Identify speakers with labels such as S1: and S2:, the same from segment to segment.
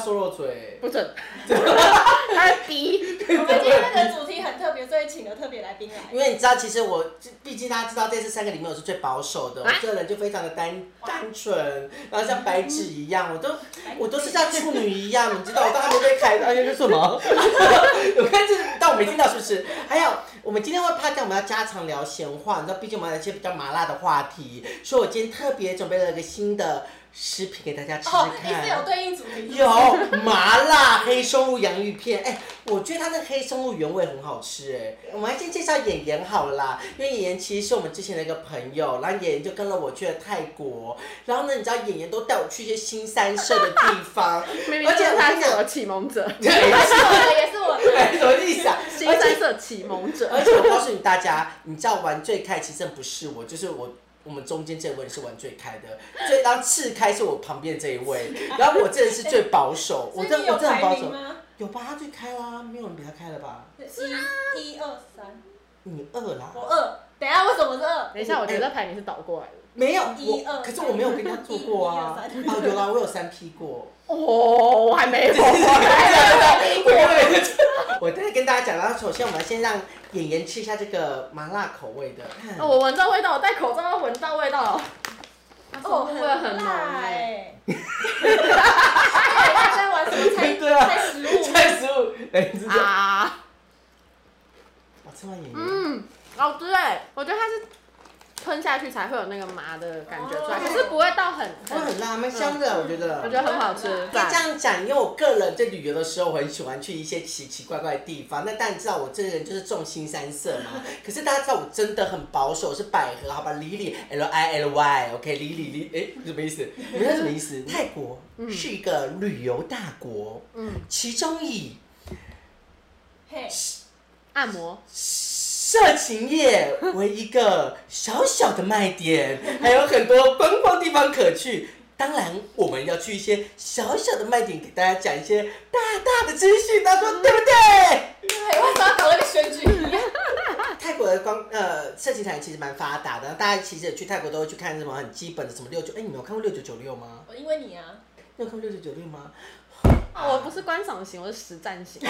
S1: 瘦肉嘴，
S2: 不准，他在逼，
S3: 我们今天这个主题很特别，所以请了特别来宾来。
S1: 因为你知道，其实我毕竟大家知道，这次三个里面我是最保守的，我
S2: 啊
S1: 这人就非常的单单纯，然后像白纸一样，我都我都是像处女一样，你知道，我都还没被开，哎呀，这是什么？ 我看这，但我没听到是不是？还有，我们今天会怕掉，我们要家常聊闲话，你知道，毕竟我们有一些比较麻辣的话题，所以我今天特别准备了一个新的食品给大家吃吃看。
S3: 哦，你是有对应主题。
S1: 有麻辣黑松露洋芋片，哎、我觉得它那个黑松露原味很好吃、哎，我们还先介绍演员好了啦，因为演员其实是我们之前的一个朋友，然后演员就跟了我去了泰国，然后呢，你知道演员都带我去一些新三社的地方，
S2: 明明
S1: 而且
S2: 就是
S1: 我
S2: 他
S1: 跟你
S2: 是我
S1: 讲，
S2: 的启蒙者，
S1: 对，
S3: 也是我的，也是我的。
S1: 哎什么意思啊？
S2: 新
S1: 而且
S2: 三色启蒙者，
S1: 而且我告诉你大家，你知道玩最开其实真的不是我，就是我。我们中间这位是玩最开的，最然后次开是我旁边这一位，然后我真的是最保守，我
S3: 所
S1: 真
S3: 以你
S1: 的我
S3: 有
S1: 真的很
S3: 排
S1: 保
S3: 名
S1: 守。
S3: 吗？
S1: 有吧？他最开啦，没有人比他开了吧？
S3: 啊一、一二三，
S1: 你二啦，
S3: 我二。等一下，为什么是二？
S2: 等一下，我觉得排名是倒过来的，
S1: 没有
S3: 一
S1: 我，
S3: 二
S1: 可是我没有跟他做过啊。
S3: 一一二
S1: 哦，有啦，我有三 P 过。
S2: 哦，我还没有，
S1: 我再跟大家讲，然后首先我们先让演员吃一下这个麻辣口味的。
S2: 哦我闻到味道，我戴口罩要闻到味道，
S3: 哦，
S2: 会
S3: 很
S2: 不会很浓
S3: 辣
S2: 哎？
S3: 哎。他在玩什么猜？
S1: 对啊
S3: 猜食物。
S1: 菜食物，哎，你知道？
S2: 啊，
S1: 我吃完演员，
S2: 嗯，哦对，我觉得它是吞下去才会有那个麻的感觉出来，
S3: 哦
S2: 可是不会到很
S1: 它
S2: 很
S1: 很辣，蛮香的，我觉得。
S2: 嗯我觉得很好吃
S3: 嗯。
S1: 可以
S2: 赞
S1: 这样讲，因为我个人在旅游的时候，我很喜欢去一些奇奇怪怪的地方。那但你知道我这个人就是重新三色嘛。 可是大家知道我真的很保守，我是百合，好吧，Lily L I L Y，OK，李 李李，哎，什么意思？
S2: 嗯
S1: 你们知道什么意思？泰国是一个旅游大国，
S2: 嗯，
S1: 其中以
S3: 嘿，
S2: 按摩，
S1: 色情业为一个小小的卖点，还有很多观光地方可去。当然，我们要去一些小小的卖点，给大家讲一些大大的资讯，大家说对不对？
S3: 对，为什么要搞那个选举一样？
S1: 啊泰国的光呃色情产业其实蛮发达的，大家其实也去泰国都会去看什么很基本的什么六九，哎，你们有看过六九九六吗？
S3: 我因为你啊。
S1: 你有看过六九九六吗？
S2: 哦我不是观赏型，我是实战型。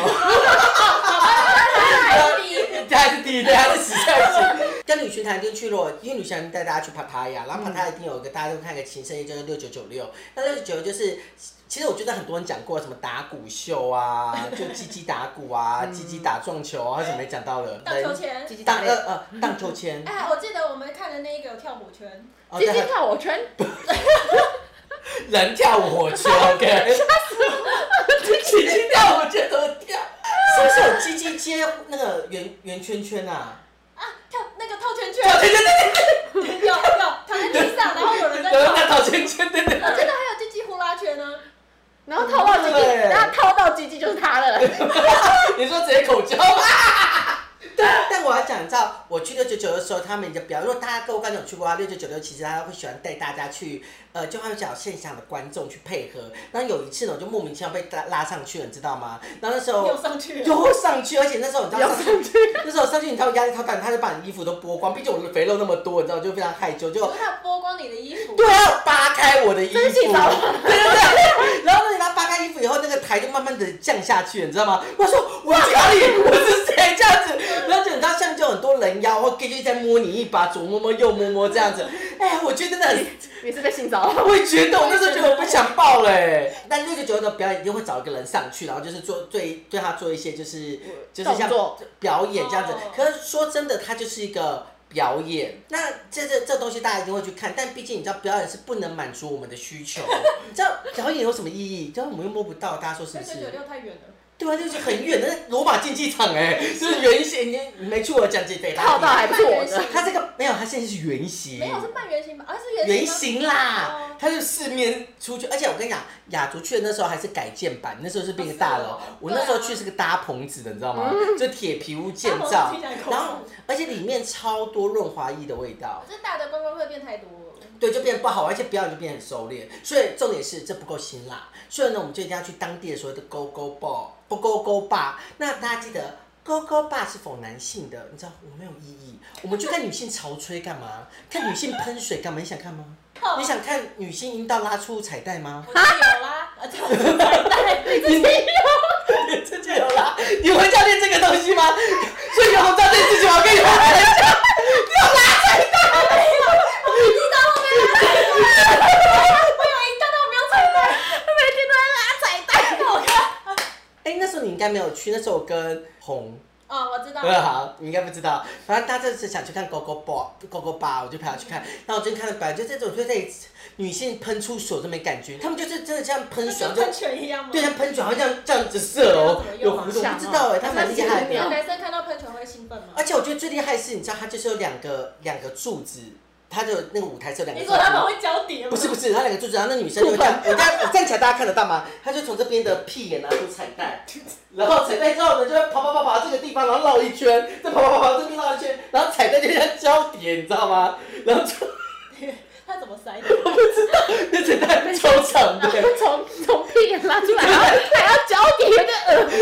S3: 太低。
S1: 他还是第一对，他是实在是。跟旅行团一定去了，因为旅行团带大家去帕塔亚，然后帕塔亚一定有一个大家都看个情深意就是六九九六，那六九九六就是，其实我觉得很多人讲过什么打鼓秀啊，就鸡鸡打鼓啊，鸡鸡打撞球啊，什么没讲到了，
S3: 荡秋千。
S2: 鸡鸡
S1: 荡
S2: 打
S1: 呃
S2: 猎，
S1: 呃荡秋千，
S3: 哎，我记得我们看的那一个有跳舞圈，
S1: 哦
S2: 鸡
S1: 对
S2: 鸡
S1: 还
S2: 跳我圈，
S1: 人跳舞火 圈，OK，鸡鸡跳火圈怎么跳？是不是有鸡鸡接那个圆圆圈圈啊？
S3: 跳那个套圈圈，
S1: 对对对
S3: 有有躺在地上，然后有人 在
S1: 对，然后
S3: 跳。
S1: 他套圈圈，对对
S3: 我记得还有鸡鸡呼啦圈呢。
S2: 然后套到鸡鸡，
S1: 对
S2: 然后套到鸡鸡就是他的了。
S1: 你说直接口交吗？ 但我要讲到，我去六九九的时候，他们的表，如果大家各位观众有去过啊，六九九六其实他会喜欢带大家去，呃，就他会找现场的观众去配合。然后有一次呢，我就莫名其妙被拉拉上去了，你知道吗？然后那时 候
S3: 又上去了
S1: 又上去，而且那时候你知 道上去，那时候上去你知道压力超大，他就把你衣服都剥光，毕竟我的肥肉那么多，你知道，我就非常害羞，就
S3: 就是他剥光你的衣服。
S1: 对，要扒开我的衣服，对
S2: 真性
S1: 对
S2: 骚扰
S1: 对，然后呢，他扒开衣服以后，那个台就慢慢的降下去，你知道吗？我说我哪里，我是谁这样子？然后就你知道，像就很多人妖或 gay 就在摸你一把，左摸摸右摸摸这样子，哎，我觉得真的很
S2: 你是被性骚扰？
S1: 我也觉得，我那时候觉得我不想报嘞、但六个九的表演一定会找一个人上去，然后就是做对对他做一些就是就是像
S2: 动作
S1: 表演这样子
S3: 哦。
S1: 可是说真的，他就是一个。表演，那这这这东西大家一定会去看，但毕竟你知道表演是不能满足我们的需求，你知道表演有什么意义？知道我们又摸不到，大家说是
S3: 六
S1: 不是
S3: 九？九六太远了。
S1: 对啊，就是很远，那是罗马竞技场哎、就是圆形，你你没去我讲解给大家
S2: 套
S1: 听。
S2: 到还不是我
S3: 半圆
S2: 的
S3: 形。
S1: 它这个没有，它现在是圆形。
S3: 没有是半圆形吧？啊是圆
S1: 圆
S3: 吗
S1: 形啦
S3: 哦，
S1: 它就四面出去，而且我跟你讲，雅竹去的那时候还是改建版，那时候是变个大楼
S3: 哦是哦，啊
S1: 我那时候去是个搭棚子的，你知道吗？就铁皮屋建
S3: 搭
S1: 造
S3: 棚子听起来很，恐怖
S1: 然后而且里面超多润滑液的味道，
S3: 这大的观光客变太多了。
S1: 对，就变得不好，而且表演就变得很收敛，所以重点是这不够辛辣，所以呢，我们就一定要去当地的所谓的 Go Go Bar，不 Go Go Bar，那大家记得。Go Go Bar 是否男性的？你知道我没有意义。我们去看女性潮吹干嘛？看女性喷水干嘛？你想看吗？你想看女性阴道拉出彩带吗？
S3: 我觉得有啦，啊，这样子才带。
S1: 你 自己有啦？你会教练这个东西吗？ 所以有红照这件事情，我跟你们来讲，你有拉扯
S3: 你到后面拉彩蛋，我有赢，但我没有彩蛋，每天都在拉彩蛋，好看。
S1: 哎、那时候你应该没有去，那时候我跟红。
S3: 哦，我知道。
S1: 嗯，好，你应该不知道。反正他这次想去看狗狗 b 狗狗吧，我就陪他去看。然后我最近看了，本来就这种就在女性喷出手这没感觉，他们就是真的像喷
S3: 那
S1: 水，
S3: 跟
S1: 就
S3: 喷泉一样吗？
S1: 对像喷泉，好像这样这样子射哦，有弧度，我不知道哎，他蛮厉害
S2: 对
S1: 的
S2: 啊。
S3: 男生看到喷泉会兴奋吗？
S1: 而且我觉得最厉害的是，你知道，它就是有两个两个柱子，它就那个舞台是有两个
S3: 你
S1: 柱
S3: 说他们
S1: 子。
S3: 会交叠吗？
S1: 不是不是，它两个柱子，然后那女生就会这样，我站我站起来，大家看得到吗？她就从这边的屁眼拿出彩带，然后彩带之后呢，就会跑跑跑跑到这个地方，然后绕一圈，再跑跑跑跑这边绕一圈，然后彩带就像交叠，你知道吗？然后就
S3: 他怎么塞的？
S1: 那彩带超长的，
S2: 从从屁眼拉出来，然后还要脚底有点恶心。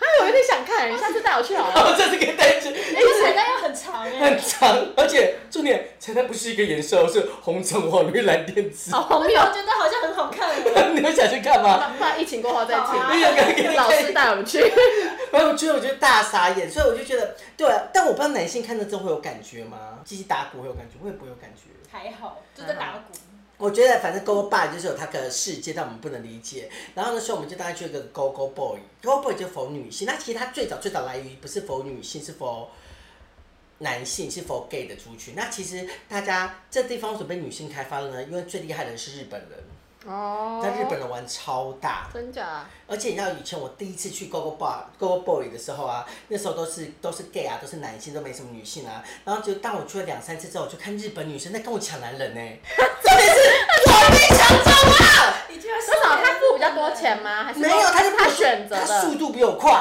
S2: 哎，我有点想看，你下次带我去好
S1: 然
S2: 了。
S1: 后这是个单圈，
S3: 哎，这彩蛋要很长哎
S1: 很。长，而且重点彩带不是一个颜色，是红橙黄绿蓝靛紫，
S2: 好哦荒
S3: 我
S2: 谬！
S3: 觉得好像很好看哦。
S1: 你们想去看吗？
S2: 不然疫情过后再
S3: 好啊
S1: 你想看看
S2: 请老师带我们去。
S1: 然后我觉得我觉得大傻眼，所以我就觉得对啊、但我不知道男性看的真会有感觉吗？鸡鸡打鼓会有感觉，我也不会有感觉。
S3: 还好，就在打鼓。
S1: 我觉得反正 Go Bar 就是有它的世界，但我们不能理解。然后那时候我们就当然去一个 Go Go Boy，Go Boy 就否女性。那其实它最早最早来源于不是否女性，是否男性，是否 gay 的族群。那其实大家这地方准备女性开发了呢，因为最厉害的是日本人，
S2: 哦
S1: 在日本人玩超大。
S2: 真假？
S1: 而且你知道以前我第一次去 Go Go Bar、Go Go Boy 的时候啊，那时候都是都是 gay 啊，都是男性，都没什么女性啊。然后就当我去了两三次之后，我就看日本女生在跟我抢男人呢、重点是我被抢走了，
S3: 你居然
S2: 至少他付比较多钱？吗？还是
S1: 没有，他就
S2: 他选择
S1: 他速
S2: 的？
S1: 度比我快，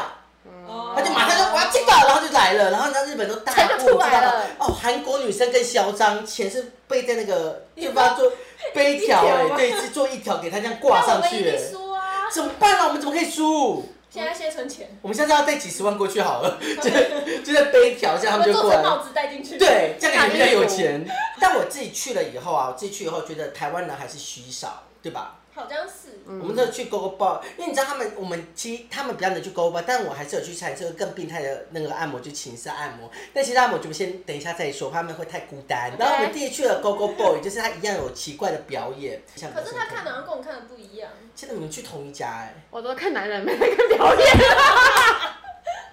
S3: 哦
S1: 他就马上就我要这个，然后就来了，然后你知道日本都大
S2: 钱
S1: 哭，
S2: 就
S1: 知道
S2: 出来
S1: 吗
S2: 了？
S1: 哦，韩国女生更嚣张，钱是背在那个就把它做背条哎、
S3: 一条吗
S1: 对，是做一条给他这样
S3: 那
S1: 挂
S3: 我
S1: 上
S3: 们一
S1: 去、
S3: 定
S1: 欸，
S3: 输啊！
S1: 怎么办啊？我们怎么可以输？
S3: 现在先存钱，
S1: 我们下次要带几十万过去好了， 就就在背条这样，他
S3: 我
S1: 们
S3: 们
S1: 就
S3: 做
S1: 过
S3: 成
S1: 来。
S3: 帽子戴进去。，
S1: 对，这样感觉比较有钱。 但我自己去了以后啊，我自己去以后觉得台湾人还是稀少，对吧？
S3: 好像是。
S1: 我们这去 GoGo Bar，因为你知道他们，我们其实他们比较能去 GoGo Bar，但我还是有去参这个更病态的那个按摩，就情色按摩。但其实按摩我们先等一下再说，怕他们会太孤单。然后我们第一去了 GoGo Boy，就是他一样有奇怪的表演。
S3: 可是他看的好像跟我看的不一样。
S1: 现在你们去同一家哎、
S2: 我都看男人没那个表演 了，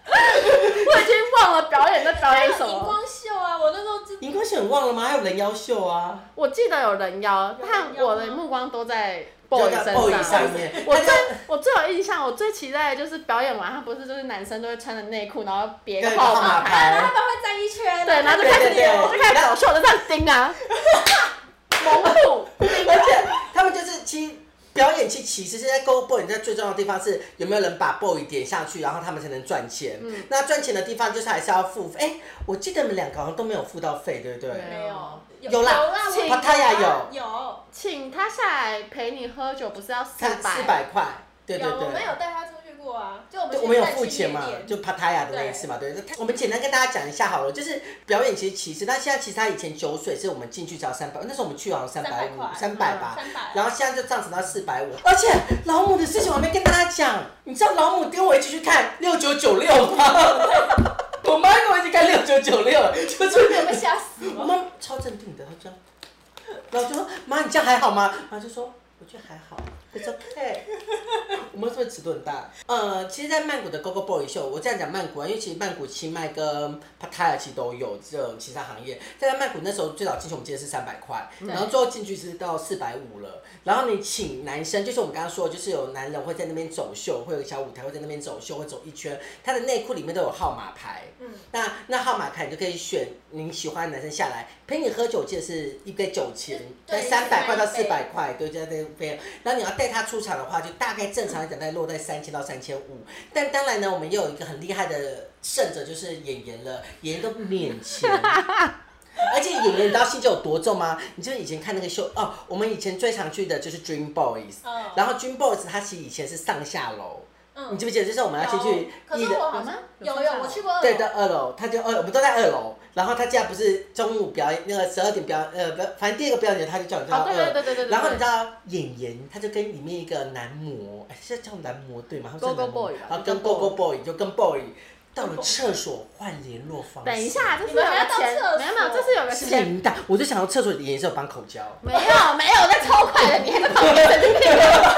S2: 我已经忘了表演在表
S3: 还
S2: 演
S3: 有
S2: 什
S3: 荧
S2: 么。
S3: 光秀啊，我那时候知
S1: 荧光秀你忘了吗？还有人妖秀啊。
S2: 我记得有人妖，
S3: 有人妖
S2: 但我的目光都在 boy
S1: 就在
S2: 身
S1: boy
S2: 上
S1: 上。面，
S2: 我
S1: 他
S2: 最
S1: 就
S2: 我最有印象，我最期待的就是表演完，他不是就是男生都会穿着内裤，然后别
S1: 跟
S2: 个
S1: 个号
S2: 号
S1: 码
S2: 码牌，
S3: 啊，他
S1: 牌，
S3: 们会站一圈，啊
S2: 对，然后就开
S1: 对
S2: 始
S1: 对对
S2: 就开始搞笑，我就这样盯啊，萌兔盯
S1: 而且他们就是其实表演其其实是在 Go Boy 在最重要的地方是有没有人把 Boy 点下去，然后他们才能赚钱。
S3: 嗯
S1: 那赚钱的地方就是还是要付费。哎、我记得你们两个好像都没有付到费，对不对？
S3: 没有，
S1: 有啦
S3: 有啦，我
S1: ，Pattaya 有
S3: 有
S2: 请他下来陪你喝酒，不是要四
S1: 他四
S2: 百？
S1: 百块，对对
S3: 有，我们有
S1: 对。
S3: 带他出去过啊，就我们
S1: 就我们有
S3: 去
S1: 付
S3: 淡水
S1: 钱嘛
S3: 夜，店
S1: 就帕塔亚的那一次嘛，对。我们简单跟大家讲一下好了，就是表演其实其实，那现在其实他以前酒水是我们进去只要三百，那时候我们去好像三百五、三
S3: 300
S1: 百
S3: 块
S1: 吧，
S3: 三百
S1: 然后现在就上涨到四百五，而且老母的事情我还没跟大家讲，你知道老母跟我一起去看六九九六吗？ 我妈跟我一起看六九九六，就是
S3: 有被吓死
S1: 我
S3: 吗？
S1: 妈超镇定的，她这样，然后我就说妈你这样还好吗？然后就说我觉得还好，It's OK。我们是不是尺度很大？呃，其实，在曼谷的 GoGo Boy 秀，我这样讲曼谷啊，因为其实曼呃谷、清迈跟帕塔亚其实都有这种其他行业。在曼谷那时候最早进去，我们记得是三百块，
S3: 对
S1: 然后最后进去是到四百五了。然后你请男生，就是我们刚刚说的，就是有男人会在那边走秀，会有小舞台会在那边走秀，会走一圈，他的内裤里面都有号码牌。
S3: 嗯，
S1: 那那号码牌你就可以选你喜欢的男生下来陪你喝酒，记得是一杯酒钱，在
S3: 对
S1: 三百块到四
S3: 一杯
S1: 百块，对，就在那边。然后你要带他出场的话，就大概正常来讲，大概落在三千到三千五。但当然呢，我们也有一个很厉害的胜者，就是演员了，演员都免钱。而且演员你知道心机有多重吗？你就是以前看那个秀哦，我们以前最常去的就是 Dream Boys，
S3: 哦
S1: 然后 Dream Boys 它其实以前是上下楼，
S3: 嗯
S1: 你记不记得？就是我们要先去
S3: 可
S1: 一
S3: 是
S1: 的，
S3: 我好像
S2: 有吗
S3: 有
S2: 有上
S3: 有，
S2: 下
S3: 我去过二楼
S1: 对，到二楼，他就二，我们都在二楼。然后他竟然不是中午表演，那个十二点表演，呃，不，反正第二个表演他就叫你到，
S2: 哦对
S1: 二
S2: 对
S1: 楼。
S2: 对对对对。
S1: 然后你知道演员他就跟里面一个男模，哎，是叫男模对吗？他们是男
S2: Go-Go
S1: 模
S2: Boy 吧
S1: 然后跟
S2: Go-Go
S1: Go Go Boy 就跟 Boy 到了厕所换联络方式。
S2: 等一下，这是
S3: 你
S2: 有
S3: 们还要
S2: 个
S3: 到
S2: 前，
S3: 厕所
S2: 没有没有，这是有个
S1: 是
S2: 前，
S1: 林大，我就想到厕所里演员是有绑口交，
S2: 没有没有，我在超快的，你还在旁边神经 病。嗯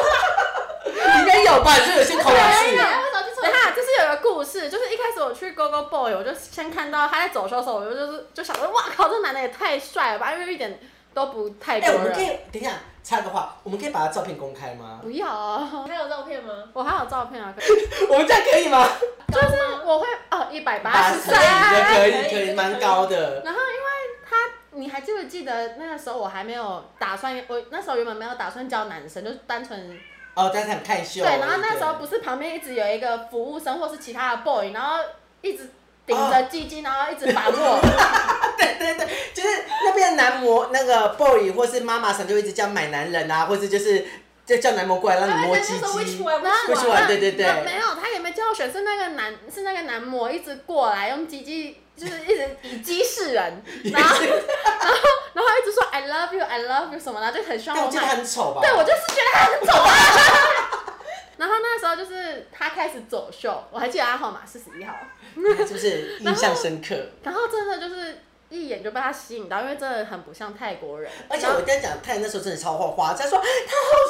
S1: 应该有吧？就有些口
S3: 对
S1: 气。
S3: 哎呀，为什么去厕
S2: 啊等一
S3: 所？
S2: 下，这是有个故事，就是一开始我去 Go Go Boy，我就先看到他在走秀的时候，我就就是就想说，哇靠，这男的也太帅了吧，因为一点都不泰
S1: 哎，我
S2: 国
S1: 们可以
S2: 人。
S1: 等一下插个话，我们可以把他照片公开吗？
S2: 不要啊！
S3: 还有照片吗？
S2: 我还有照片啊，可以
S1: 我们这样可以吗？
S2: 就是我会哦，一百八
S1: 八
S2: 十
S1: 十
S2: 三。啊
S1: 可以
S3: 可以
S1: 可
S3: 可
S1: 以，
S3: 以
S1: 蛮高的。
S2: 然后因为他，你还记不记得那个时候我还没有打算，我那时候原本没有打算交男生，就是单纯
S1: 哦，但是很看秀。
S2: 对。然后那时候不是旁边一直有一个服务生或是其他的 boy，然后一直顶着
S1: 哦
S2: 鸡鸡，然后一直把 握。
S1: 对对对，就是那边的男模那个 boy 或是妈妈桑就一直叫买男人啊，或是就是就叫男模过来让你
S3: 他
S1: 摸
S3: 们
S1: 鸡
S3: 哎那时候 which
S1: 鸡。
S3: one
S2: 然后
S1: Which one？对对对
S2: 没有，他也没教我选，是那个男是那个男模一直过来用鸡鸡，就是一直以鸡示人，然后 然后一直说 I love you I love you 什么的，就很希望
S1: 但我
S2: 我
S1: 记得
S2: 买
S1: 他很丑吧？
S2: 对，我就是觉得他很丑啊。 然后那时候就是他开始走秀，我还记得他号码四十一号，
S1: 是不是印象深刻？
S2: 然后真的就是一眼就被他吸引到，因为真的很不像泰国人。
S1: 而且
S2: 然后
S1: 我跟你讲，泰那时候真的超花花，他说他好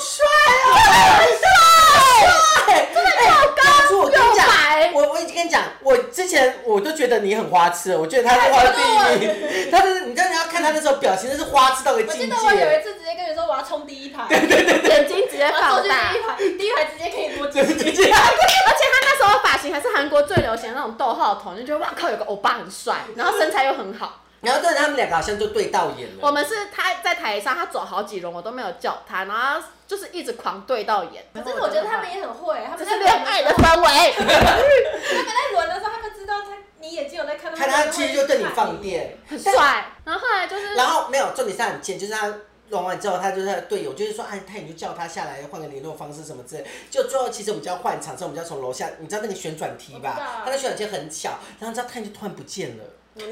S1: 帅哦，真的好帅，真的好高。我跟你
S2: 又白
S1: 讲，我我已经跟你讲，我之前我都觉得你很花痴了，我觉得他是花痴第一名， 他就是你知道你要看他那时候表情，那是花痴到个
S3: 我
S1: 境
S3: 记
S1: 界
S3: 得。我有一次直接跟你说我要冲第一排，
S2: 眼睛直接
S3: 然后
S2: 放
S3: 冲去
S2: 大
S3: 第一，排，第一排直接可以 多
S1: 对
S3: 进
S1: 不
S3: 去。
S1: 起，对不
S2: 而且他那时候发型还是韩国最流行的那种逗号头，你就觉得哇靠，有个欧巴 很帅，然后身材又很好。
S1: 然后对他们两个好像就对到眼了。
S2: 我们是他在台上，他走好几轮我都没有叫他，然后他就是一直狂对到眼。
S3: 可是我觉得他们也很会，他
S2: 这
S3: 们
S2: 是
S3: 在
S2: 恋爱的氛围，
S3: 他们在轮的时候，他们知道他你眼睛有在看，
S1: 看他其实就对你放。电，
S2: 很帅。然后后来就是，
S1: 然后没有重点是他很贱，就是他弄完之后，他就是他的队友，就是说，哎，他你就叫他下来，换个联络方式什么之类。就最后其实我们就要换场，所以我们就要从楼下，你知道那个旋转梯
S3: 我知
S1: 吧
S3: 道？
S1: 他的旋转梯很小，然后你知道他就突然不见了。
S3: 因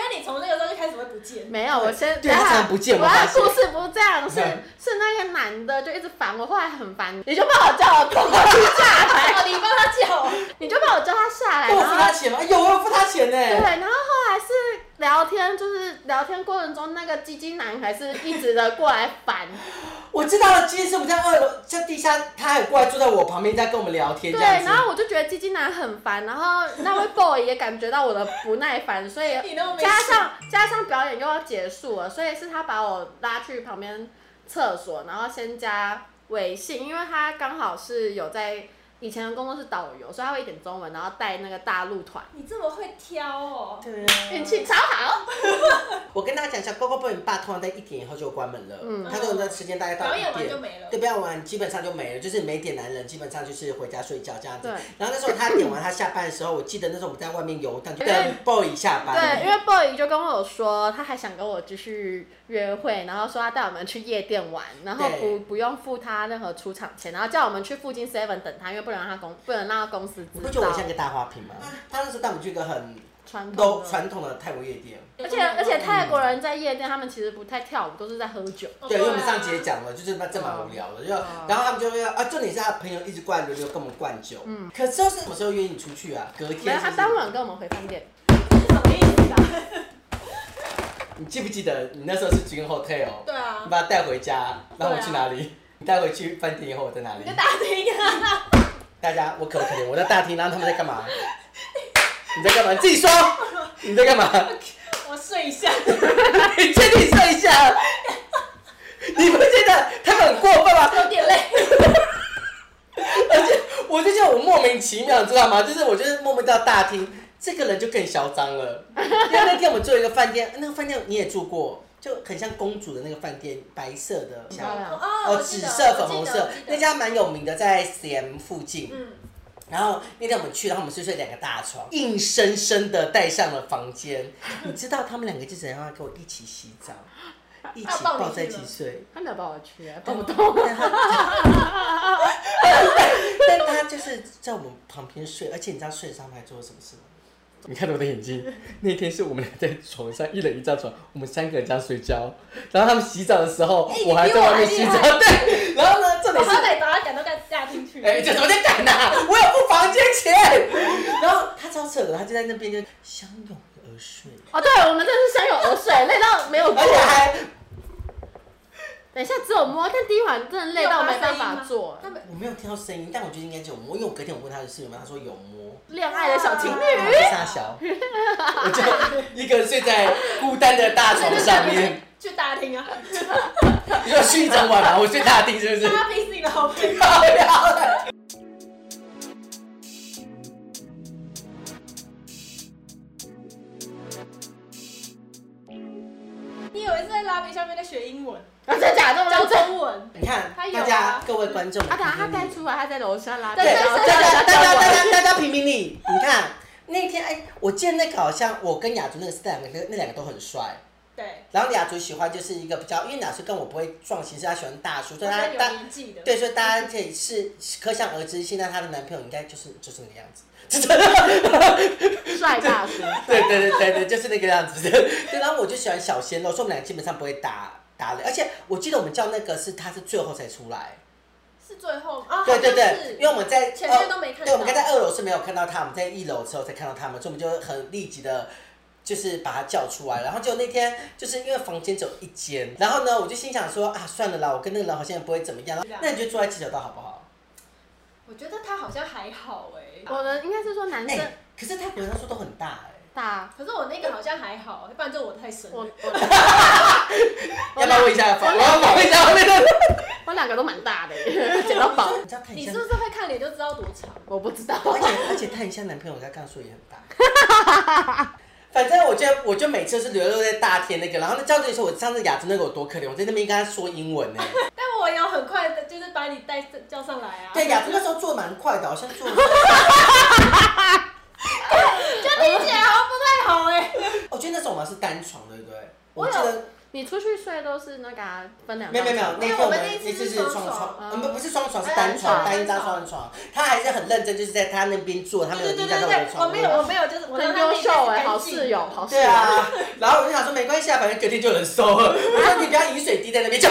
S3: 为你从那个时候就开始会 不见，
S2: 没有，我先
S1: 对他常不见
S2: 我
S1: 我发
S2: 的
S1: 现
S2: 故事不是这样，是
S1: 嗯
S2: 是那个男的就一直烦我，后来很烦，你就帮我叫我狗狗去下
S1: 哎
S2: 台，
S3: 哦，你帮他叫，
S2: 你就帮我叫他下来，
S1: 我有
S2: 然
S1: 付
S2: 后
S1: 他钱吗？哎有，我有付他钱
S2: 对，
S1: 呢。
S2: 然后后来是聊天，就是聊天过程中那个鸡鸡男还是一直的过来烦，
S1: 我知道了，今天是我们在二楼，在地下，他还过来坐在我旁边，在跟我们聊天
S2: 对，
S1: 这样
S2: 然
S1: 子。
S2: 后我就觉得鸡鸡男很烦，然后那位 boy 也感觉到我的不耐烦，所 以
S3: 你那么没
S2: 加上加上表演又要结束了，所以是他把我拉去旁边厕所，然后先加微信，因为他刚好是有在以前的工作是导游，所以他会一点中文，然后带那个大陆团，
S3: 你这么会挑哦。
S1: 对啊
S2: 运气超好。
S1: 我跟大家讲一下，Go Go Boy 你爸通常在一点以后就关门了，
S2: 嗯
S1: 他这种时间大概到
S3: 表
S1: 一
S3: 演完就
S1: 点。
S3: 没了
S1: 对，，不要玩，基本上就没了。就是没点男人，基本上就是回家睡觉这样子
S2: 对。
S1: 然后那时候他点完，他下班的时候，我记得那时候我们在外面游荡，就
S2: 因为
S1: 等 boy 下班。
S2: 对，因为 boy 就跟我说，他还想跟我继续约会，然后说要带我们去夜店玩，然后不
S1: 对
S2: 不用付他任何出场钱，然后叫我们去附近 seven 等他，因为不能让他公不能让他公司
S1: 你
S2: 知
S1: 不觉得
S2: 道
S1: 我像个大花瓶吗？他那时候带我们去一个很
S2: 传统
S1: low
S2: 的
S1: 传嗯统的泰国夜店。
S2: 而且而且泰国人在夜店，他们其实不太跳舞，都是在喝酒。
S3: 哦
S1: 对，因为我们
S3: 啊
S1: 上集也讲了，就是那这蛮无聊的，就然后他们就会要啊，重点是他朋友一直过来轮流跟我们灌酒。嗯。可是就是什么时候约你出去啊？隔天是不是。
S2: 没有，他当晚跟我们回饭店。
S3: 是什么意思啊？
S1: 你记不记得你那时候是君 hotel？
S3: 对啊
S1: 你，把他带回家，然后我去
S3: 对啊
S1: 哪里？你带回去饭店以后我在哪里
S3: 你就？打听啊，
S1: 大家，我可不可怜，我在大厅，然后他们在干嘛？你在干嘛？你自己说，你在干嘛？
S3: 我睡一下。
S1: 你确定睡一下？你不觉得他们很过分吗？
S3: 有点累，
S1: 而且我就觉得我莫名其妙，你知道吗？就是我就是默默到大厅，这个人就更嚣张了。因为那天我们住一个饭店，那个饭店你也住过，就很像公主的那个饭店，白色的，
S2: 漂亮
S3: 哦
S1: 哦，紫色、粉红色，那
S3: 那
S1: 家蛮有名的，在 CM 附近。
S3: 嗯，
S1: 然后那天我们去，然后我们是睡两个大床，硬啊 生生的带上了房间。你知道他们两个就怎样跟我一起洗澡？一起抱在几岁？
S2: 他没有抱我去，抱
S1: 哦
S2: 不动。
S1: 但他，但他 就是在我们旁边睡，而且你知道睡得上他还做了什么事吗？你看着我的眼睛，那天是我们俩在床上一人一张床，我们三个人这样睡觉。然后他们洗澡的时候，
S3: 哎你
S1: 我还
S3: 比
S1: 在
S3: 我
S1: 外面
S3: 还
S1: 洗
S3: 厉
S1: 澡。
S3: 害
S1: 对，然后呢，重
S3: 我
S1: 点是
S3: 好歹把他赶到盖嫁进去。
S1: 哎、这怎么在赶呐、我有付房间钱。然后他超扯的，他就在那边就相拥而睡，
S2: 哦，对，我们真的是相拥而睡，累到没有
S1: 而且
S2: 坐。
S1: 还
S2: 等一下只有摸，但第一环真的累到没办法做。
S3: 他们
S1: 我没有听到声音，但我觉得应该就有摸，因为我隔天我问他的室友嘛，他说有摸。
S2: 恋爱的小情侣，
S1: 我是傻小，我就一个人睡在孤单的大床上面，
S3: 去大厅啊，
S1: 你说睡一整晚嘛，我睡大厅是不是？
S3: 他平时你的好朋友。
S1: 漂亮了。
S3: 你以为是在拉面下面在学英文，
S2: 啊，真假的？
S3: 教
S2: 我真。
S3: 中文？
S1: 你看，
S3: 他有
S1: 大
S3: 啊
S1: 家各位观众，
S2: 啊，等下他
S1: 评评
S2: 带
S1: 理
S2: 出来，他在楼下拉。
S3: 对
S1: 对，
S3: 但
S1: 大
S3: 是
S1: 家大家大家大家评评理，你看那天哎，我记得那个好像我跟雅竹那个是两个，那那两个都很帅。
S3: 对，
S1: 然后雅竹喜欢就是一个比较，因为雅竹跟我不会撞型，是她喜欢大叔，所以
S3: 他
S1: 她
S3: 是有
S1: 大
S3: 年纪的。
S1: 对，所以大家可以是可想而知，现在她的男朋友应该就是就是那个样子， 真的。
S2: 帅大叔。
S1: 对对对对对，就是那个样子。 对，然后我就喜欢小鲜肉，所以我们俩基本上不会打打脸，而且我记得我们叫那个是他是最后才出来。
S3: 是最后啊，
S1: 对对
S3: 好像
S1: 对
S3: 是，
S1: 因为我们在
S3: 前面都没看到
S1: 对，我们刚才二楼是没有看到他，我们在一楼之后才看到他们，所以我们就很立即的。就是把他叫出来，然后就那天就是因为房间只有一间，然后呢，我就心想说啊，算了啦，我跟那个人好像也不会怎么样
S3: 是啊，
S1: 那你就坐在七角道好不好？
S3: 我觉得他好像还好哎、
S2: 我的应该是说男
S1: 哎、
S2: 生
S1: 可是他比他说都很大哎、
S2: 大，
S3: 可是我那个好像还好，不然这我太深了。
S2: 我
S3: 我
S2: 我
S1: 要不要问一下房？
S2: 我
S1: 我要问一下那个。
S2: 我两个都蛮大的耶，捡到宝。
S1: 你知道他
S3: 你
S1: 以
S3: 是
S1: 前
S3: 不是会看脸就知道多长？
S2: 我不 知道。
S1: 而且而且她以前男朋友在干数也很大。 反正我就我就每次是流落在大天那个，然后那教练说，我上次雅芝那个有多可怜，我在那边跟他说英文呢、
S3: 但我有很快的，就是把你带叫上来啊。
S1: 对，雅芝那时候做的蛮快的，好像做了，
S3: 就听起来好像不太好哎、
S1: 我觉得那时候我们是单床，对不对？
S2: 我
S1: 我记得
S2: 你出去睡都是那个啊分两
S1: 没有没有没有，
S2: 张
S1: 那
S3: 因
S1: 天
S3: 为我
S1: 我
S3: 们
S1: 们
S3: 那一次
S1: 一次
S3: 是
S1: 是
S3: 双
S1: 双
S3: 床
S1: 床，我
S2: 嗯
S1: 们不是双床，是
S3: 哎
S1: 单床，
S2: 单
S1: 单一张
S3: 床
S1: 双人床。他还是很认真，就是在他那边做，他没有
S3: 对对
S1: 影
S3: 对
S1: 响到
S3: 对
S1: 我的
S3: 对，我
S1: 床。
S3: 没有我没有，就是我
S2: 很优秀哎，好室友，好室
S1: 对
S2: 友。
S1: 啊，然后我就想说没关系啊，反正隔天就有人收了。我说你不要饮水滴在那边就。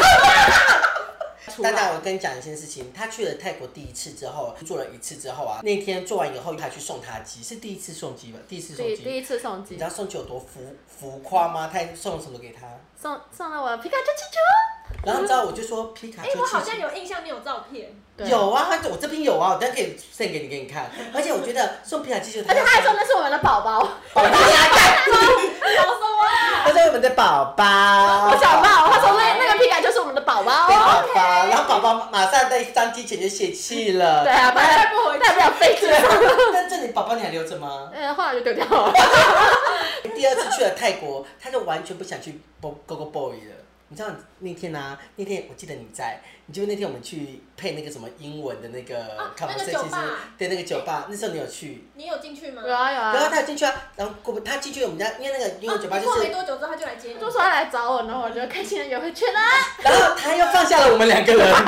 S2: 出
S1: 大
S2: 来
S1: 家，我跟你讲一件事情，他去了泰国第一次之后，做了一次之后啊，那天做完以后还去送他鸡，是第一次送鸡吧？第一次送
S2: 第第
S1: 鸡，
S2: 一次送
S1: 你
S2: 机
S1: 知，道送鸡有多浮浮夸吗？他还送什么给他？
S2: 送送了我皮卡丘气球。
S1: 然后你知道我就说皮卡
S3: 哎、
S1: 丘
S3: 我好
S1: 气
S3: 像有印象，你有照 片，
S2: 对，
S1: 有啊，他我这边有啊，我等下可以 send 给你给你看。而且我觉得送皮卡丘球，
S2: 而且他还说那是我们的宝宝，
S1: 宝宝呀，
S3: 搞什么啊？
S1: 啊他说我们的宝宝，
S2: 我想到他说那那个皮卡丘是我们的宝宝。
S1: 哦对宝宝，然后宝宝马上在张机前就泄气了。
S2: 对啊，不然
S3: 带不回去
S2: 带不了飞机
S1: 对
S2: 上。
S1: 啊，但这里宝宝你还留着吗？
S2: 嗯，后来就丢掉 了。
S1: 第二次去了泰国，他就完全不想去 Bo- Go Go Boy 了。你知道那天啊，那天我记得你在，你就那天我们去配那个什么英文的那个
S3: 啊
S1: conversation，、
S3: 那个酒吧
S1: 对那个酒吧，那时候你有去，
S3: 你有进去吗？
S2: 有啊有
S1: 然后
S2: 啊，
S1: 他进去啊，然后过他进去我们家，因为那个英文酒吧就
S3: 啊过
S1: 是，
S3: 没多久之后他就来接你，
S2: 就说他来找我，然后我就开心的游回去啦。
S1: 然后他又放下了我们两个 人，
S3: 然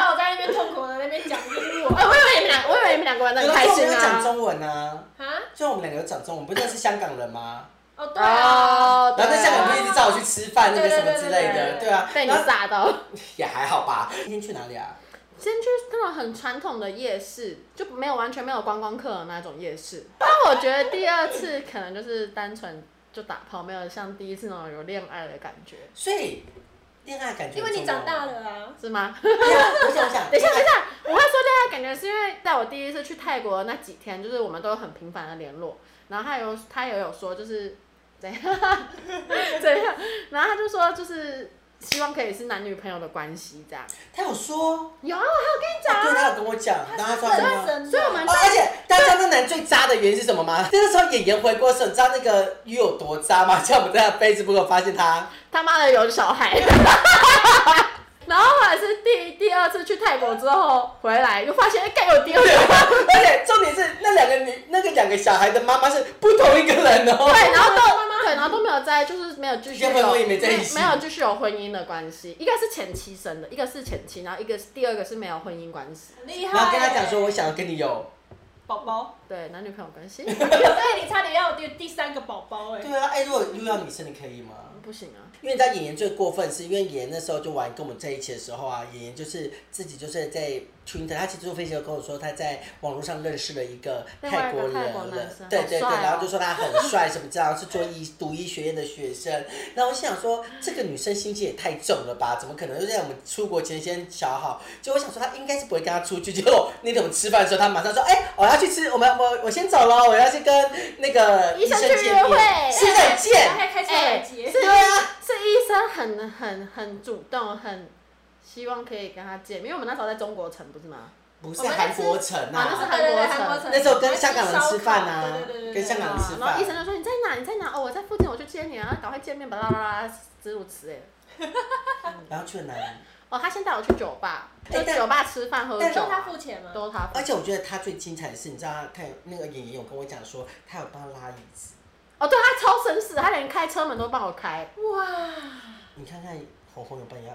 S3: 后我在那边痛苦的那边讲英 文
S2: 哎，我以为你们两，我以为你们两个玩的很
S1: 然
S2: 开
S1: 后我们
S2: 心
S1: 有讲
S2: 啊。
S1: 中文啊，
S3: 啊，
S1: 虽然我们两个有讲中文，不认识香港人吗？
S3: 哦对啊，
S2: 哦，对
S1: 然后在香港不是一直找我去吃饭那个什么之类
S3: 对对对对
S1: 的，
S3: 对
S1: 对啊，
S2: 被你
S1: 然后
S2: 吓到。
S1: 也还好吧。今天去哪里啊？
S2: 先去那种很传统的夜市，就没有完全没有观光客的那种夜市。但我觉得第二次可能就是单纯就打炮，没有像第一次那种有恋爱的感觉，
S1: 所以恋爱感觉
S3: 因为你
S1: 很重要
S3: 长大了啊，
S2: 是吗？
S1: 对啊， 我想想，
S2: 等一下，等一下，我会说恋爱感觉是因为在我第一次去泰国那几天，就是我们都有很频繁的联络，然后他有他也有说就是怎样 怎样，然后他就说就是希望可以是男女朋友的关系这样。
S1: 他有说，哦
S2: 有啊，我还有
S1: 对，
S2: 跟你
S1: 他有跟我讲，然后他说他
S3: 这
S1: 什
S3: 段
S1: 么？
S3: 神，
S2: 所以我们
S1: 哦，而且大家知道那男最渣的原因是什么吗？那个时候演员回国的时候，你知道那个鱼有多渣吗？像我们在 Facebook 发现他，
S2: 讲他妈的有小孩。 然后后来是第第二次去泰国之后回来，又发现哎，该有第二
S1: 对
S2: 个。
S1: 而且重点是那两个女，那个两个小孩的妈妈是不同一个人哦。
S2: 对，然后都
S3: 妈妈
S2: 对，然后都没有在，就是没有继续有
S1: 要不然我也没在一起
S2: 没有继续有婚姻的关系。一个是前妻生的，一个是前妻，然后一个是第二个是没有婚姻关系，
S3: 很厉害。欸
S1: 然后跟他讲说，我 想跟你有。
S3: 宝宝，
S2: 对男女朋友关 系
S3: 哎，你差点要有第三个宝宝哎。
S1: 对啊，哎、如果遇到女生，你可以吗？
S2: 不行啊。
S1: 因为你知道演员最过分，是因为演员那时候就玩跟我们在一起的时候啊，演员就是自己就是在 Twitter，他其实坐飞机的时候跟我说他在网络上认识了一个
S2: 另外一个
S1: 泰国人
S2: 泰国
S1: 了，
S2: 男生
S1: 对
S2: 好
S1: 对对，
S2: 帅哦
S1: 然后就说他很帅什么之类，然后是做医读医学院的学 生，然后我心想说这个女生心机也太重了吧，怎么可能就在我们出国前先瞧好？就我想说他应该是不会跟他出去，结果那天我们吃饭的时候，他马上说，哎、我要去吃，我们我我先走了，我要去跟那个
S2: 医
S1: 医
S2: 生
S1: 生
S2: 去
S1: 见
S2: 约会
S1: 面，是再见。
S3: 还开车
S2: 哎、
S3: 来
S2: 是
S3: 接
S2: 医。是医生很很很主动，很希望可以跟他见面，因为我们那时候在中国城不是吗？
S1: 不是韩国城啊，
S2: 那是
S3: 对对对韩国城
S1: 那时候跟香港人吃饭
S3: 烧
S1: 啊
S3: 烤对对对对，对
S1: 跟香港人吃
S2: 然后医生
S1: 饭。
S2: 就说你在哪？你在哪？哦，我在附近，我去接你啊，赶快见面吧，巴拉巴拉，诸如此类的。
S1: 然后去了哪里？
S2: 哦，他先带我去酒吧，就
S1: 哎但
S2: 酒吧吃饭喝
S1: 但
S2: 酒
S3: 都
S2: 啊，
S3: 他付钱吗？
S2: 都他付
S1: 而且我觉得他最精彩的是，你知道他有那个演员有跟我讲说，他有帮他拉椅子。
S2: 哦，对他超绅士，他连开车门都帮 我开。
S3: 哇，
S1: 你看看红红有帮你，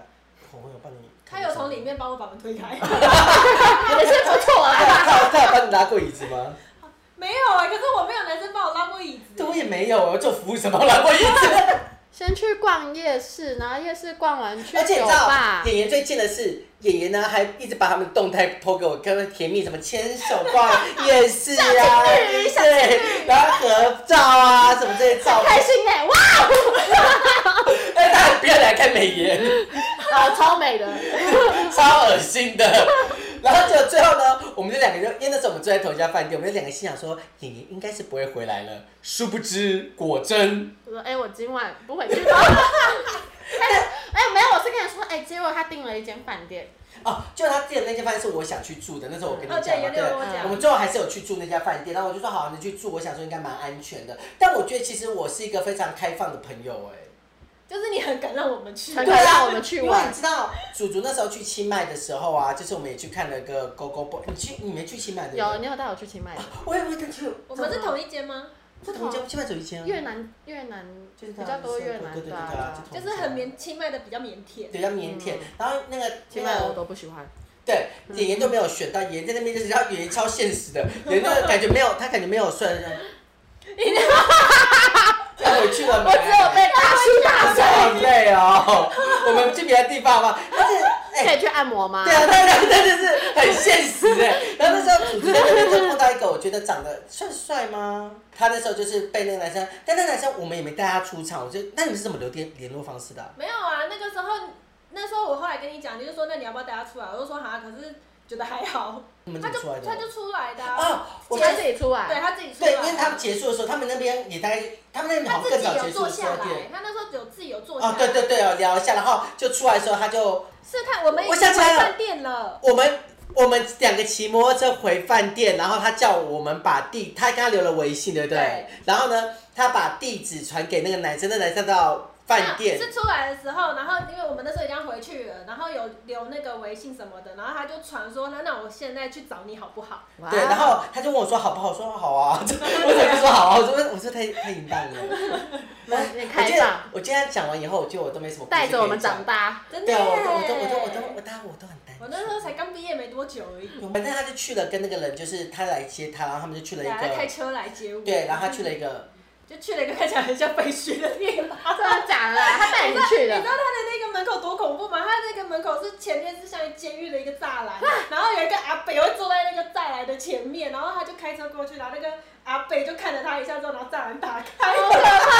S1: 红红有帮你。
S3: 他有从里。面帮我把门推开。
S2: 也是不错
S1: 他
S2: 啦。
S1: 他他有帮你拉过椅子 吗？
S3: 没有哎，可是我没有男生帮我拉过椅子。
S1: 对，我也没有，我做服务什么拉过椅子。
S2: 先去逛夜市，然后夜市逛完去
S1: 而且你
S2: 酒
S1: 知道
S2: 吧，。
S1: 演员最贱的是，演员呢还一直把他们的动态抛给我，跟他们甜蜜什么牵手逛夜市啊，对，然后合照啊什么这些 照片
S2: 开。心哎、哇，
S1: 哎，大家不要来看美颜，哦
S2: 啊，超美的，
S1: 超恶心的。 然后就最后呢，我们这两个人，因为那时候我们住在同一家饭店，我们就两个心想说，演员应该是不会回来了。殊不知，果真
S2: 我说哎、我今晚不回去吧。 哎、没有，我是跟你说，哎、结果他订了一间饭店，
S1: 哦，就他订的那间饭店是我想去住的，那时候我跟你
S3: 哦，
S1: 讲
S3: 对，
S1: 嘛，
S3: 有
S1: 对
S3: 点跟
S1: 不
S3: 我
S1: 对。
S3: 讲
S1: 我。们最后还是有去住那家饭店，然后我就说好，你去住，我想说应该蛮安全的。但我觉得其实我是一个非常开放的朋友、哎。
S3: 就是你很敢让我们去，
S2: 很
S1: 对
S2: 敢
S1: 啊，
S2: 让我们去
S1: 因为
S2: 玩
S1: 你知道，祖祖那时候去清迈的时候啊，就是我们也去看了个狗狗 boy，你去你没去清迈对不对？
S2: 有，你有带我去清迈的，
S1: 我也不会跟去。
S3: 我们是同一间吗？
S1: 这同一间，基本走一间啊。
S2: 越南越南
S1: 就是
S2: 比较多越南
S1: 对对对对
S2: 的、
S1: 啊，，
S2: 啊对啊
S3: 就是很腼，清迈的比较腼腆。
S1: 比较腼腆
S2: 嗯。
S1: 然后那个那
S2: 清迈我
S1: 个
S2: 都不喜欢。
S1: 对演员都没有选到，演员在那边就是要演员超现实的，
S3: 嗯
S1: 演员都感觉没有，他感觉没有帅。要回去了没？
S2: 我只有被大叔打
S1: 这
S2: 碎。
S1: 好累哦。我们去别的地方吧，但是哎
S2: 可以去按摩吗？
S1: 对啊，对啊，对啊，就是很现实哎。然后那时候组织在那边就碰到一个，我觉得长得算帅吗？他那时候就是被那个男生，但那个男生我们也没带他出场，我就那你们是怎么留电联络方式的啊、
S3: 没有啊，那个时候，那时候我后来跟你讲，你就说那你要不要带他出来？我就说哈，可是觉得还好，
S1: 你们
S3: 他
S1: 怎么出
S3: 就
S1: 来的？
S3: 他就出来的、啊，
S1: 啊，我
S2: 他
S1: 才
S2: 自己出来。
S3: 对他自己出来
S1: 对，
S3: 的，
S1: 因为他们结束的时候，他们那边也大概，他们那边
S3: 他
S1: 好像
S3: 自
S1: 更
S3: 己
S1: 早
S3: 有
S1: 结束
S3: 坐
S1: 十
S3: 下
S1: 二
S3: 来
S1: 点。，
S3: 他那时候有自己有坐下来，
S1: 哦，对对对哦，聊一下，然后就出来的时候，他就是
S3: 他我们已
S1: 我
S3: 经
S1: 想
S3: 回
S1: 起来了
S3: 饭店了，
S1: 我们我们两个骑摩托车回饭店，然后他叫我们把地，他跟他留了微信，对不对？
S3: 对
S1: 然后呢，他把地址传给那个男生，那男生到饭店
S3: 没有，是出来的时候，然后因为我们那时候已经要回去了，然后有留那个微信什么的，然后他就传说那那我现在去找你好不好？
S2: 哇
S1: 对，然后他就问我说好不好，我说好啊，我怎么就说好啊？我说我说太太淫荡了。
S2: 你
S1: 我
S2: 开
S1: 觉得
S2: 放，
S1: 我今天讲完以后，我觉得我都没什么故事
S2: 带着我
S1: 可
S2: 们
S1: 以讲
S2: 长大。
S3: 真的
S1: 对
S3: 耶，
S1: 啊，我都我都我都我都我大家我都很担心。
S3: 我那时候才刚毕业没多久而已，
S1: 反正他就去了，跟那个人就是他来接他，然后他们就去了一
S3: 然后开
S1: 个，
S3: 车来接我，
S1: 对，然后他去了一个，
S3: 就去了一个看起来很像废墟的地方。
S2: 真的假的啊？他带你去
S3: 哎你知
S2: 的？
S3: 道他的那个门口多恐怖吗？他那个门口是前面是像监狱的一个栅栏，然后有一个阿北会坐在那个栅栏的前面，然后他就开车过去，然后那个阿北就看了他一下之后，然后栅栏打开。
S2: 哦
S3: 嗯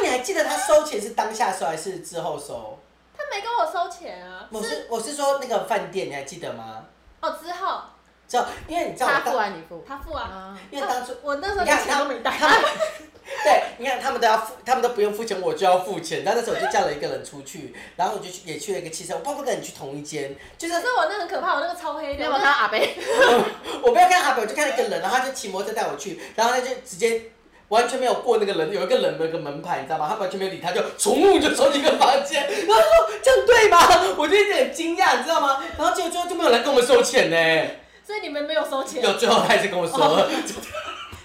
S1: 那你还记得他收钱是当下收还是之后收？
S3: 他没跟我收钱啊，
S1: 我
S3: 是
S1: 是我是说那个饭店，你还记得吗？
S3: 哦之后
S1: 就因为你知道
S2: 他
S1: 我
S2: 付
S1: 当，
S2: 还你付？
S3: 他付啊，
S2: 啊，
S1: 因为当初
S3: 我那时候
S1: 你
S3: 连
S1: 看
S3: 钱
S1: 他
S3: 都没
S1: 们
S3: 带。
S1: 他们， 对，你看他们都要付，他们都不用付钱，我就要付钱。然后那时候我就叫了一个人出去，然后我就去也去了一个汽车，我爸不跟你去同一间，就是
S3: 可是我那很可怕，我那个超黑
S2: 你
S3: 的，
S2: 有没
S3: 我那
S2: 有看到阿贝？
S1: 我不要看阿北，我就看一个人，然后他就骑摩托车带我去，然后他就直接完全没有过那个人，有一个人的一个门牌，你知道吗？他完全没有理他，就从路就冲进一个房间， 然后说这样对吗？ 我就有点惊讶，你知道吗？然后结果最后就没有人跟我们收钱呢，
S3: 所以你们没有收钱。哦
S1: 有最后他还是跟我说，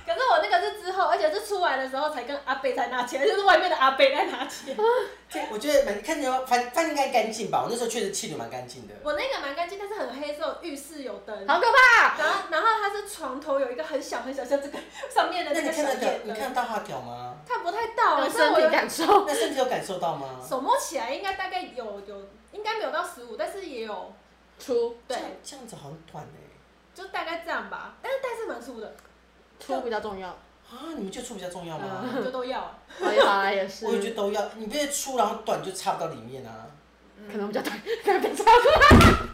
S3: 可是我那个是之后，而且是出来的时候才跟阿北才拿钱，就是外面的阿北在拿钱。
S1: 这 我觉得蛮看起来反反正应该干净吧，我那时候确实气得蛮干净的。
S3: 我那个蛮干净，但是很黑，是有浴室有灯。
S2: 好可怕！
S3: 然后，然后它是床头有一个很小很小，像这个上面的
S1: 那
S3: 那
S1: 你
S3: 个
S1: 看
S3: 小
S1: 得到
S3: 电
S1: 你
S3: 灯，
S1: 看得到他屌吗？
S3: 看不太到
S2: 有
S3: 了，所以
S2: 哦身
S3: 我
S2: 体
S3: 有
S2: 感受，
S1: 那身体有感受到吗？
S3: 手摸起来应该大概有有，应该没有到十五，但是也有，
S2: 出
S3: 对
S1: 这，样这样子好像短哎、
S3: 就大概这样吧。但是但是蛮粗的，
S2: 出比较重要。
S1: 啊，你们觉得粗比较重要吗？
S3: 就都要。
S2: 我也好啦，啊也是，
S1: 我也觉得都要，你别粗然后短就插不到里面啊。
S2: 可能比较短，可能比较短。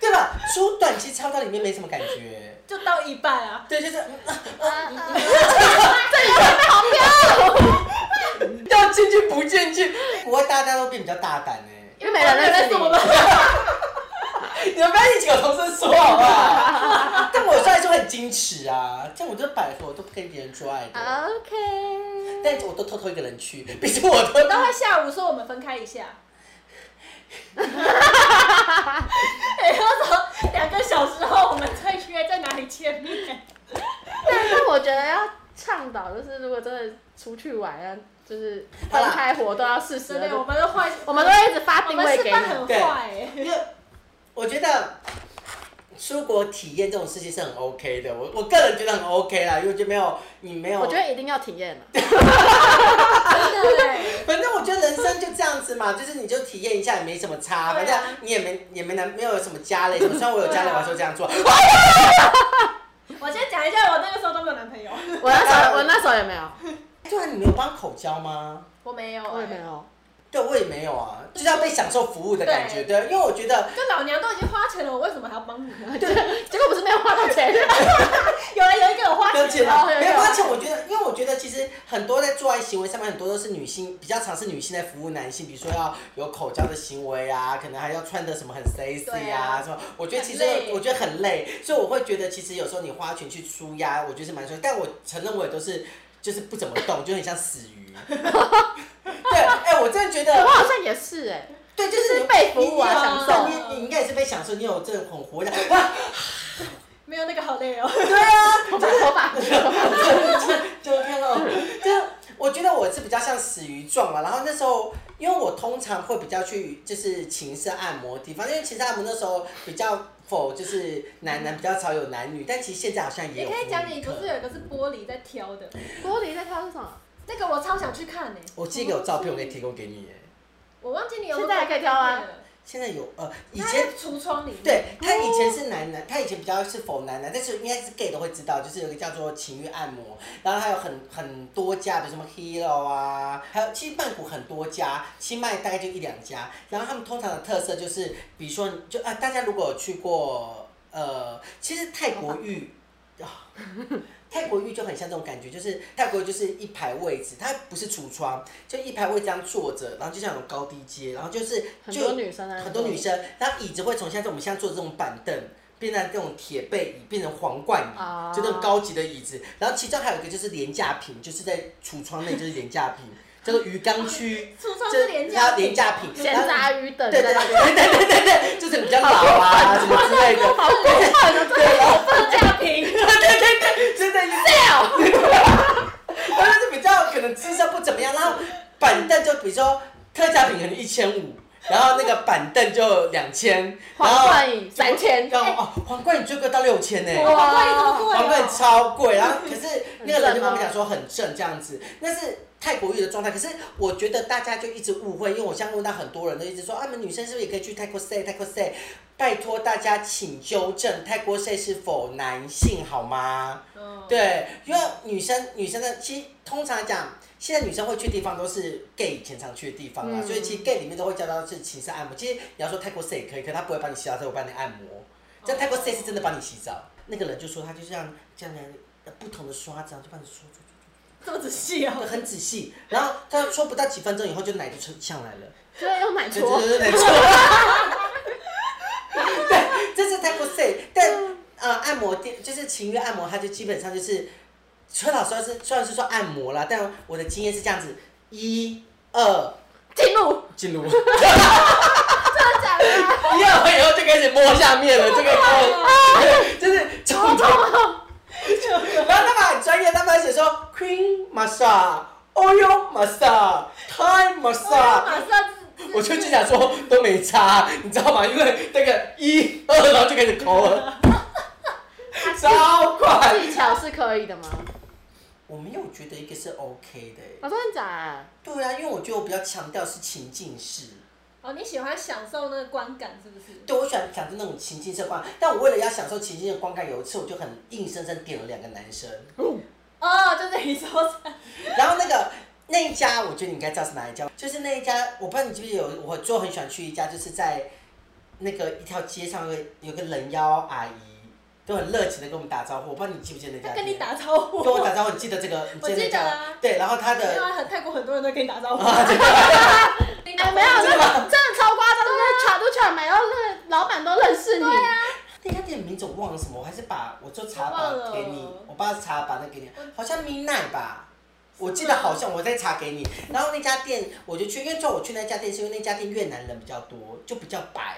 S1: 对吧？粗短其实插不到里面没什么感觉。
S3: 就到一半啊，
S1: 对，就是嗯啊要进去不进去，国外大家都变比较大胆哎、
S2: 因为没人认识
S3: 我
S2: 你
S3: 们。
S1: 你们不要一起跟我同事说好不好？ 但我虽然说很矜持啊，这样我就摆脱，我都不跟别人做爱的。
S2: 啊 OK。
S1: 但我都偷偷一个人去，毕竟我都
S3: 我到会下午说我们分开一下。哎、那时候两个小时后我们再约在哪里见面？
S2: 但是我觉得要倡导，就是如果真的出去玩啊，就是分开活动要适时
S3: 真的，我
S2: 的。
S3: 们都坏，
S2: 我们都会一直发
S3: 我
S2: 定
S3: 们
S2: 位
S3: 示
S2: 给
S3: 范
S2: 你，
S3: 很坏哎、
S1: 因为我觉得出国体验这种事情是很 OK 的，我我个人觉得很 OK 啦，因为就没有你没有，
S2: 我觉得一定要体验了。
S3: 真的哎
S1: 反正我觉得人生就这样子嘛， 就是你就体验一下也没什么差，反
S3: 对
S1: 正
S3: 啊
S1: 你也没也没男没有什么家累什 么，虽然我有家累，我还是会这样做。
S3: 我先讲一下，我那个时候都没有男朋友，
S2: 我那时候，我那时候也没有，
S1: 对啊，你没有帮口交吗？
S3: 我没有、哎
S2: 我也没。有。
S1: 对，我也没有啊，就是要被享受服务的感觉，对，因为我觉得
S3: 就老娘都已经花钱了，我为什么还要帮你 呢？
S2: 对，结果不是没有花到钱，
S3: 有人有一个 有花
S1: 而且
S3: 钱
S1: 呢，
S3: 的，
S2: 对
S1: 没
S2: 对
S1: 有，
S2: 对
S1: 而且我觉得，因为我觉得其实很多在做爱行为上面，很多都是女性比较尝试女性在服务男性，比如说要有口交的行为啊，可能还要穿的什么很 sexy
S3: 对
S1: 啊，
S3: 啊
S1: 什么，我觉得其实
S3: 很累
S1: 我觉得很累，所以我会觉得其实有时候你花钱去舒压，我觉得是蛮舒服，但我承认我也都是就是不怎么动，就很像死鱼。 对，哎、我真的觉
S2: 我
S1: 得，
S2: 好像也是哎、
S1: 对，就是
S2: 是被服务啊
S3: 享受
S1: 你你你应该也是被享受，你有这种很活的，
S3: 没有那个好累哦。
S1: 对啊。
S2: 我把头发，
S1: 就看到，就是我觉得我是比较像死鱼状嘛。然后那时候，因为我通常会比较去就是情色按摩的地方，因为情色按摩那时候比较否就是男男比较少有男女，但其实现在好像也
S3: 你
S1: 有。
S3: 可以讲你不是有一个是玻璃在挑的，
S2: 玻璃在挑是什么？
S3: 那个我超想去看呢、
S1: 我寄给我照片，我可以提供给你耶。
S3: 我忘记你有
S2: 现在还可以挑啊。
S1: 现在有呃，以
S3: 它
S1: 前
S3: 在橱窗里面。
S1: 对他以前是男男，他以前比较是否男男，但是应该是 gay 都会知道，就是有一个叫做情欲按摩，然后还有很很多家，比如什么 Hero 啊，还有其实曼谷很多家，清迈大概就一两家，然后他们通常的特色就是，比如说就啊、大家如果有去过呃，其实泰国浴。啊，泰国浴就很像这种感觉，就是泰国浴就是一排位置，它不是橱窗，就一排位置这样坐着，然后就像有高低阶，然后就是
S2: 很
S1: 就
S2: 多女生在那
S1: 很多女生，然后椅子会从现在我们现在坐的这种板凳，变成这种铁背椅，变成皇冠椅，
S2: 啊
S1: 就那种高级的椅子。然后其中还有一个就是廉价品，就是在橱窗内就是廉价品，叫做鱼缸区，
S3: 橱窗
S1: 就是
S3: 廉
S1: 它
S3: 价
S1: 廉价品，
S2: 闲
S1: 然后
S2: 杂鱼等
S1: 对对
S2: 在
S1: 对
S2: 那
S1: 对对对对，就是比较老啊什么之类的，
S2: 好过分啊！真的好
S3: 特价品，
S1: 对对对对，真的是这 样。他就是比较可能智商不怎么样，然后板凳就比如说特价品可能一千五，然后那个板凳就两千，然
S2: 皇
S1: 后
S2: 冠椅三千，
S1: 然后哦，皇冠你最贵到六千呢。
S3: 哇，
S2: 哇
S3: 贵这么贵
S1: 皇
S3: 哦
S1: 冠超贵， 然后可是那个人就跟我们讲说啊很正这样子，那是泰国浴的状态。可是我觉得大家就一直误会，因为我现在问到很多人都一直说，啊，你们女生是不是也可以去泰国 say 泰国 say？拜托大家请纠正，泰国 say 是否男性好吗？
S3: 嗯
S1: 对，因为女生女生的其实通常来讲，现在女生会去的地方都是 gay 以前常去的地方啦，啊
S2: 嗯
S1: 所以其实 gay 里面都会教到是情色按摩。其实你要说泰国 C 也可以，可是他不会帮你洗澡，他会帮你按摩。但泰国 C 是真的帮你洗澡，那个人就说他就这样这样来呃不同的刷子，然后就帮你刷刷刷
S3: 这么仔细
S1: 刷，
S3: 哦。
S1: 很仔细。然后他说不到几分钟以后就奶就出上来了。
S2: 就要用奶
S1: 对
S2: 搓
S1: 对，对对，没错。对，这是泰国 C，但呃，按摩店就是情欲按摩，它就基本上就是，崔老师是虽然是说按摩啦，但我的经验是这样子，一、二，
S2: 进入
S1: 进入，
S2: 真的假的？
S1: 一二完以后就开始摸下面了，这个
S3: 啊
S1: 摸，就是从头，
S2: 痛
S1: 然后他们很专业，他们还写说 q Queen Massa、Oil Massa、Time
S3: 哦
S1: Massa。
S3: 马上自
S1: 我就只想说都没差，你知道吗？因为那个一二，然后就开始抠了，超快。
S2: 技巧是可以的吗？
S1: 我没有觉得一个是 OK 的欸、
S2: 我真的假的？
S1: 对啊，因为我觉得我比较强调是情境式，
S3: 哦，你喜欢享受那个观感是不是？
S1: 对我喜欢讲究那种情境式的观，但我为了要享受情境的观感，有一次我就很硬生生点了两个男生，
S3: 哦，就是你说的
S1: 然后那个那一家，我觉得你应该知道是哪一家，就是那一家，我不知道你记不记得有，我就很喜欢去一家，就是在那个一条街上有个有个人妖阿姨，都很热情的跟我们打招呼，我不知道你记不记得那
S3: 他
S1: 家
S3: 跟你
S1: 店。
S3: 打招呼，
S1: 跟我打招呼，你记得这个？你记
S3: 我
S1: 得
S3: 记
S1: 那
S3: 得
S1: 家？
S3: 啊
S1: 对，然后他的
S3: 对啊，很泰国很多人都跟你打招呼。 你
S2: 哎，
S3: 打
S2: 没有，
S3: 招
S1: 啊真的
S2: 真
S1: 吗啊
S2: 的真的超夸张，那抢都抢没，然后那个老板都认识你。
S1: 那家店名字我忘了什么，我还是把我就查
S3: 我忘
S1: 把
S3: 了
S1: 给你，我爸查把那给你，好像米奶吧。我记得好像我再查给你，然后那家店我就去，因为最后我去那家店是因为那家店越南人比较多，就比较白。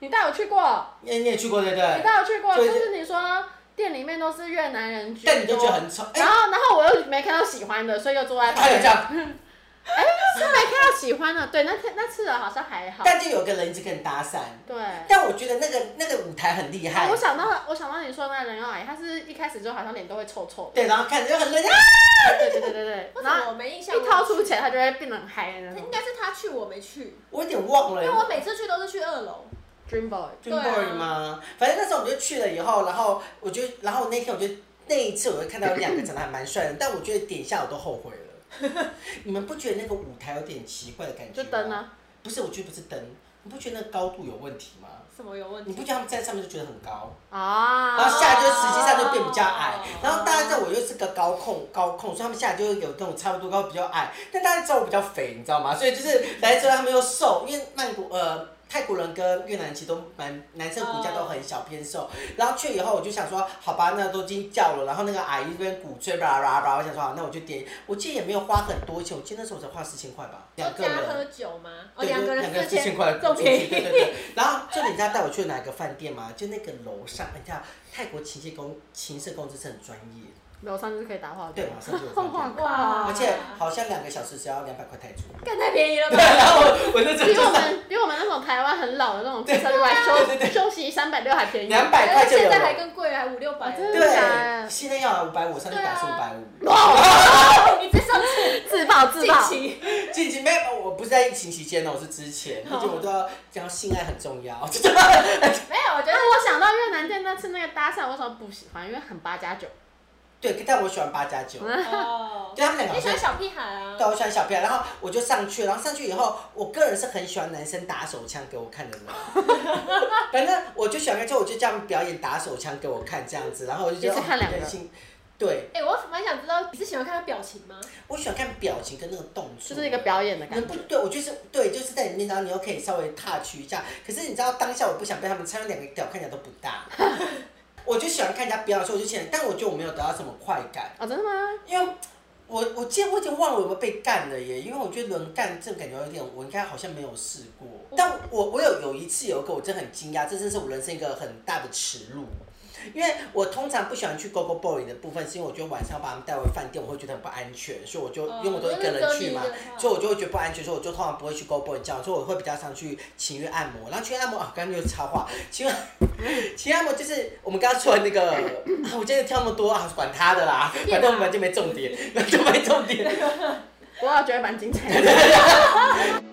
S2: 你带我去过，
S1: 你你也去过对不
S2: 你
S1: 对？
S2: 带我去过，
S1: 就
S2: 就是是你说店里面都是越南人居多，
S1: 但你就觉得很丑，哎、
S2: 然后然后我又没看到喜欢的，所以又坐在旁
S1: 他有
S2: 边
S1: 这。样，
S2: 哎，是没看到喜欢的，对，那天那次的好像还好，
S1: 但就有个人一直跟你搭讪。
S2: 对。哦
S1: 但我觉得那个那个舞台很厉害
S2: 啊我，想到我想到你说那人妖阿姨，她是一开始就好像脸都会臭臭的，
S1: 对，然后看着就很啊热情，
S2: 对对对对对，
S3: 为
S2: 然
S3: 什么
S2: 后
S3: 我没印象？
S2: 一掏出钱，她就会变得很嗨的那种
S3: 应。该是他去，我没去，
S1: 我有点忘
S3: 因
S1: 了。
S3: 为
S2: 啊
S3: 我每次去都是去二楼。
S2: Dream Boy，
S1: 就
S3: 对啊
S1: boy 吗？反正那时候我们就去了以后，然后我就，然后那天我就那一次我就看到有两个长得还蛮帅的，但我觉得点一下我都后悔了。 你们不觉得那个舞台有点奇怪的感觉
S2: 就
S1: 吗？
S2: 灯啊，
S1: 不是，我觉得不是灯，你不觉得那个高度有问题吗？
S3: 什么有问
S1: 你
S3: 题
S1: 不？觉得他们站在上面就觉得很高，然后
S2: 啊，
S1: 下来就实际上就变比较矮
S3: 哦，
S1: 然后大家知道我又是个高控高控，所以他们下来就有那种差不多高比较矮，但大家知道我比较肥，你知道吗？所以就是来之后他们又瘦，因为曼谷呃泰国人跟越南人其实都蛮男生骨架都很小偏瘦，然后去以后我就想说好吧，那都已经叫了，然后那个阿姨这边鼓吹吧吧吧，我想说好，那我就点，我记得也没有花很多钱，我记得那时候我才花四千块吧，两个
S3: 都加
S1: 人。
S3: 喝酒吗？哦，
S1: 对
S3: 两个人
S1: 人
S3: 四千，
S1: 块，
S3: 这么便宜
S1: 对对对。然后就你知道带我去哪个饭店吗？就那个楼上，你知道泰国情色公情色公司是很专业，
S2: 楼上就是可以打炮的地
S1: 对，
S2: 方，
S1: 马上就有饭店。
S3: 哇
S1: 而且好像两个小时只要两百块泰 铢。
S3: 更太便宜了
S1: 对，
S3: 吧？
S1: 然后我我就整
S2: 比我
S1: 就上
S2: 们比 我们那种台湾很老的那种汽车旅馆休休息三百六还便宜。
S1: 两百块就有
S3: 现在还
S1: 了。
S3: 更贵，还五六百
S2: 啊。真的
S1: 对，现在要五百五，上次打是五百 五。
S3: 哦你这上次
S2: 自爆自
S3: 近
S2: 爆，
S3: 期
S1: 近期没有，我不是在疫情期间哦，我是之前，而且我都要讲性爱很重要。
S3: 没有， 我觉得
S2: 那哦我想到越南店那次那个搭讪，我为什么不喜欢？因为很八加九。
S1: 对，但我喜欢八加 九，
S3: 哦，
S1: 对他们两个
S3: 你
S1: 好
S3: 喜
S1: 像
S3: 欢小屁孩啊？
S1: 对，我喜欢小票，然后我就上去，然后上去以后，我个人是很喜欢男生打手枪给我 看的人，反正我就喜欢看，就我就这样表演打手枪给我看这样子，然后我就觉得
S2: 也是看
S1: 哦
S2: 两个
S1: 很新对，
S3: 哎，我蛮想知道，你是喜欢看他表情吗？
S1: 我喜欢看表情跟那个动作，
S2: 就是一个表演的
S1: 你
S2: 感
S1: 不
S2: 觉。
S1: 对，我就是对，就是在里面，然后你又可以稍微 touch 一下。可是你知道当下我不想被他们猜，两个屌看起来都不 大，我就喜欢看人家表演，所以我就想，但我觉得我没有得到什么快感。
S2: 哦，真的吗？
S1: 因为我我记得我已经忘了有没有被干了耶，因为我觉得轮干这种感觉有点，我应该好像没有试过。但我我有有一次有一个我真的很惊讶，这真是我人生一个很大的耻辱。因为我通常不喜欢去 Go Go Boy 的部分，是因为我觉得晚上把他们带回饭店，我会觉得很不安全，所以我就
S3: 哦
S1: 因为我都一个人去嘛
S3: 那是只有你一个人，
S1: 所以我就会觉得不安全，所以我就通常不会去 Go Boy 这样，所以我会比较常去情欲按摩。然后情欲按摩啊，刚刚就插话，情欲情欲按摩就是我们刚刚说的那个，啊我今天跳那么多啊，管他的啦，反 正我们就没重点，就没重点。
S2: 不过我觉得蛮精彩的。